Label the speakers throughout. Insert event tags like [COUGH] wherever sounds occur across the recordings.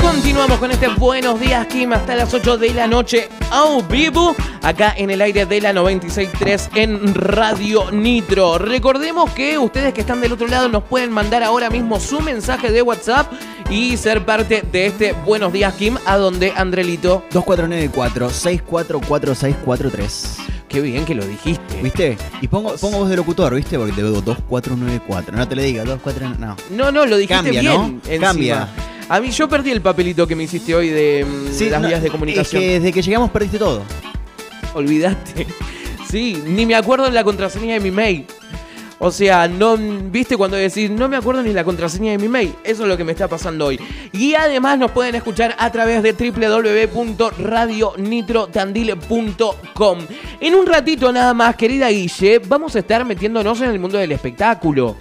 Speaker 1: Continuamos con este Buenos Días Kim hasta las 8 de la noche a vivo acá en el aire de la 96.3 en Radio Nitro. Recordemos que ustedes que están del otro lado nos pueden mandar ahora mismo su mensaje de WhatsApp y ser parte de este Buenos Días Kim a donde Andrelito.
Speaker 2: 2494-644643.
Speaker 1: Qué bien que lo dijiste.
Speaker 2: ¿Viste? Y pongo, pongo voz de locutor, ¿viste? Porque te veo 2494. No te le diga 24. No.
Speaker 1: No, no, lo dijiste
Speaker 2: Cambia,
Speaker 1: bien.
Speaker 2: ¿no?
Speaker 1: encima.
Speaker 2: Cambia.
Speaker 1: A mí yo perdí el papelito que me hiciste hoy de mm,
Speaker 2: Sí,
Speaker 1: las
Speaker 2: no,
Speaker 1: vías de comunicación.
Speaker 2: Es que desde que llegamos perdiste todo.
Speaker 1: Olvidaste. Sí, ni me acuerdo de la contraseña de mi mail. O sea, no viste cuando decís, no me acuerdo ni la contraseña de mi mail. Eso es lo que me está pasando hoy. Y además nos pueden escuchar a través de www.radionitrotandil.com. En un ratito nada más, querida Guille, vamos a estar metiéndonos en el mundo del espectáculo.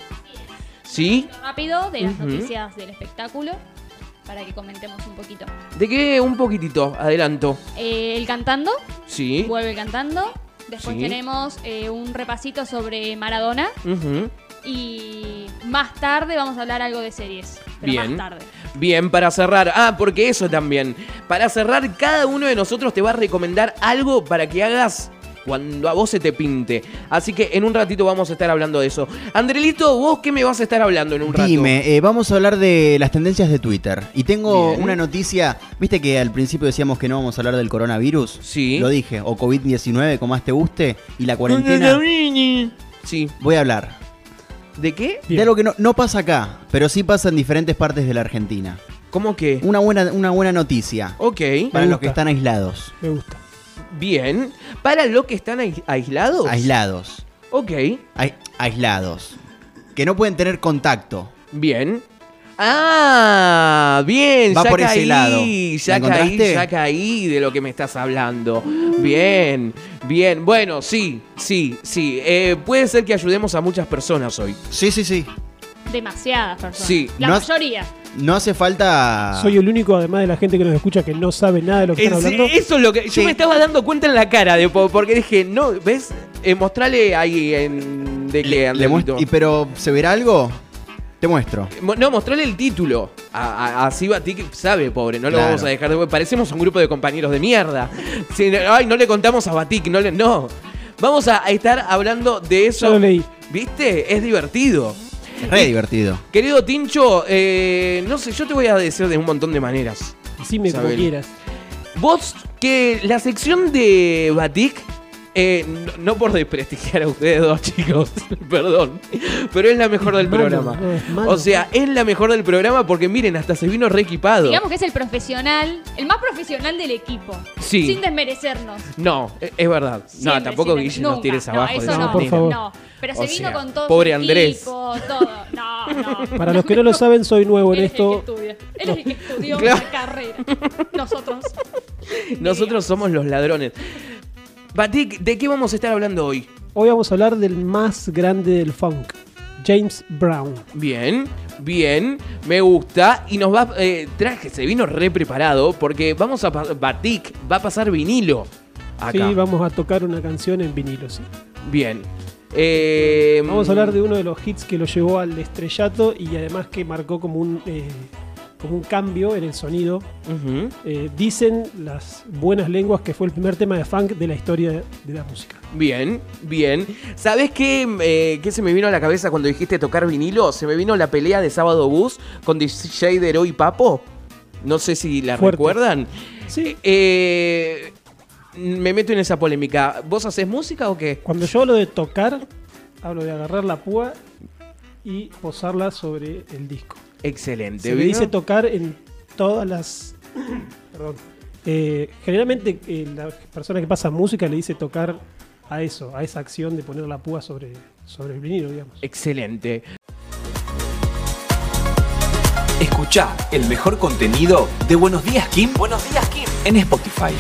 Speaker 1: ¿Sí?
Speaker 3: Rápido de las
Speaker 1: Ujú.
Speaker 3: noticias del espectáculo para que comentemos un poquito.
Speaker 1: ¿De qué? Un poquitito, adelanto.
Speaker 3: Eh, el cantando,
Speaker 1: Sí.
Speaker 3: vuelve el cantando. Después
Speaker 1: Sí.
Speaker 3: tenemos eh, un repasito sobre Maradona
Speaker 1: Ujú.
Speaker 3: y más tarde vamos a hablar algo de series. Pero
Speaker 1: Bien.
Speaker 3: más tarde.
Speaker 1: Bien, para cerrar. Ah, porque eso también. Para cerrar, cada uno de nosotros te va a recomendar algo para que hagas cuando a vos se te pinte. Así que en un ratito vamos a estar hablando de eso. Andrelito, ¿vos qué me vas a estar hablando en un rato?
Speaker 2: Dime, eh, vamos a hablar de las tendencias de Twitter. Y tengo
Speaker 1: Bien.
Speaker 2: una noticia. ¿Viste que al principio decíamos que no vamos a hablar del coronavirus?
Speaker 1: Sí.
Speaker 2: Lo dije. O COVID-19, como más te guste. Y la cuarentena.
Speaker 1: Sí.
Speaker 2: Voy a hablar.
Speaker 1: ¿De qué?
Speaker 2: De algo que no, no pasa acá, pero sí pasa en diferentes partes de la Argentina.
Speaker 1: ¿Cómo que?
Speaker 2: Una buena, una buena noticia
Speaker 1: Ok,
Speaker 2: para los
Speaker 4: gusta.
Speaker 2: que están aislados.
Speaker 4: Me gusta.
Speaker 1: bien. ¿Para los que están ai- aislados?
Speaker 2: Aislados.
Speaker 1: Ok,
Speaker 2: Ai- aislados. Que no pueden tener contacto.
Speaker 1: bien. Ah, bien,
Speaker 2: Va
Speaker 1: ya
Speaker 2: por ese
Speaker 1: caí, ya
Speaker 2: lado. ¿La
Speaker 1: caí,
Speaker 2: encontraste?
Speaker 1: ya caí de lo que me estás hablando. Bien, bien, bueno, sí, sí, sí. Eh, puede ser que ayudemos a muchas personas hoy.
Speaker 2: Sí, sí, sí.
Speaker 3: Demasiadas personas.
Speaker 1: Sí,
Speaker 3: La
Speaker 2: no-
Speaker 3: mayoría.
Speaker 2: No hace
Speaker 1: Ah.
Speaker 2: falta.
Speaker 4: Soy el único, además de la gente que nos escucha, que no sabe nada de
Speaker 3: Eh,
Speaker 4: lo que
Speaker 1: Es-
Speaker 4: están hablando.
Speaker 1: Eh, eso es lo que. Yo
Speaker 2: Sí.
Speaker 1: me estaba dando cuenta en la cara de po- porque dije, no, ¿ves? Eh, mostrale ahí en. de que
Speaker 2: Le- le muest-
Speaker 1: Andrelito.
Speaker 2: y, pero, ¿se verá algo? Te muestro.
Speaker 1: Mo- No, mostrale el título. A, a, a Siva Tic- sabe, pobre, no lo
Speaker 2: Claro.
Speaker 1: vamos a dejar de. Parecemos un grupo de compañeros de mierda. Si no- ay, no le contamos a Batik, no le. No. Vamos a a estar hablando de eso.
Speaker 4: Ya lo leí.
Speaker 1: ¿Viste? Es divertido.
Speaker 2: Es re divertido.
Speaker 1: Querido Tincho, eh, no sé, yo te voy a decir de un montón de maneras.
Speaker 4: Decime como
Speaker 1: Isabel.
Speaker 4: quieras.
Speaker 1: Vos, que la sección de Batik, eh, no, no por desprestigiar a ustedes dos, [LAUGHS] chicos, perdón, pero es la mejor del
Speaker 4: Malo,
Speaker 1: programa.
Speaker 4: no, es malo.
Speaker 1: O sea, es la mejor del programa porque miren, hasta se vino reequipado.
Speaker 3: Digamos que es el profesional, el más profesional del equipo.
Speaker 1: Sí.
Speaker 3: Sin desmerecernos.
Speaker 1: No, e- es verdad.
Speaker 3: Siempre,
Speaker 1: no, tampoco
Speaker 3: siempre.
Speaker 1: Guille nos
Speaker 3: Nunca.
Speaker 1: tires abajo.
Speaker 3: No,
Speaker 1: de
Speaker 3: eso
Speaker 1: esa
Speaker 3: no,
Speaker 4: por
Speaker 1: manera.
Speaker 4: favor.
Speaker 3: no. Pero
Speaker 1: O
Speaker 3: se vino
Speaker 1: sea,
Speaker 3: con todo.
Speaker 1: pobre
Speaker 3: su
Speaker 1: Andrés.
Speaker 3: equipo, todo. No, no.
Speaker 4: Para los que no lo saben, soy nuevo en
Speaker 3: Él es el que
Speaker 4: esto.
Speaker 3: estudia. Él es el que estudió
Speaker 1: Claro.
Speaker 3: la carrera. Nosotros.
Speaker 1: Nosotros somos los ladrones. Batik, ¿de qué vamos a estar hablando hoy?
Speaker 4: Hoy vamos a hablar del más grande del funk, James Brown.
Speaker 1: Bien, bien, me gusta. Y nos va. eh, traje, se vino re preparado porque vamos a. pa- Batik va a pasar vinilo. Acá.
Speaker 4: Sí, vamos a tocar una canción en vinilo. sí.
Speaker 1: Bien. Eh,
Speaker 4: Vamos a hablar de uno de los hits que lo llevó al estrellato y además que marcó como un, eh, como un cambio en el sonido.
Speaker 1: Ujú.
Speaker 4: Eh, dicen las buenas lenguas que fue el primer tema de funk de la historia de, de la música.
Speaker 1: Bien, bien. ¿Sabes qué, eh, qué se me vino a la cabeza cuando dijiste tocar vinilo? Se me vino la pelea de Sábado Bus con DJ Dero y Papo. No sé si la
Speaker 4: Fuerte.
Speaker 1: recuerdan.
Speaker 4: Sí.
Speaker 1: Eh, me meto en esa polémica. ¿Vos haces música o qué?
Speaker 4: Cuando yo hablo de tocar, hablo de agarrar la púa y posarla sobre el disco.
Speaker 1: Excelente.
Speaker 4: Se le
Speaker 1: ¿vino?
Speaker 4: dice tocar en todas las. [COUGHS] Perdón. Eh, generalmente eh, la persona que pasa música le dice tocar a eso, a esa acción de poner la púa sobre, sobre el vinilo, digamos.
Speaker 1: Excelente.
Speaker 5: Escucha el mejor contenido de Buenos Días Kim. Buenos Días Kim en Spotify.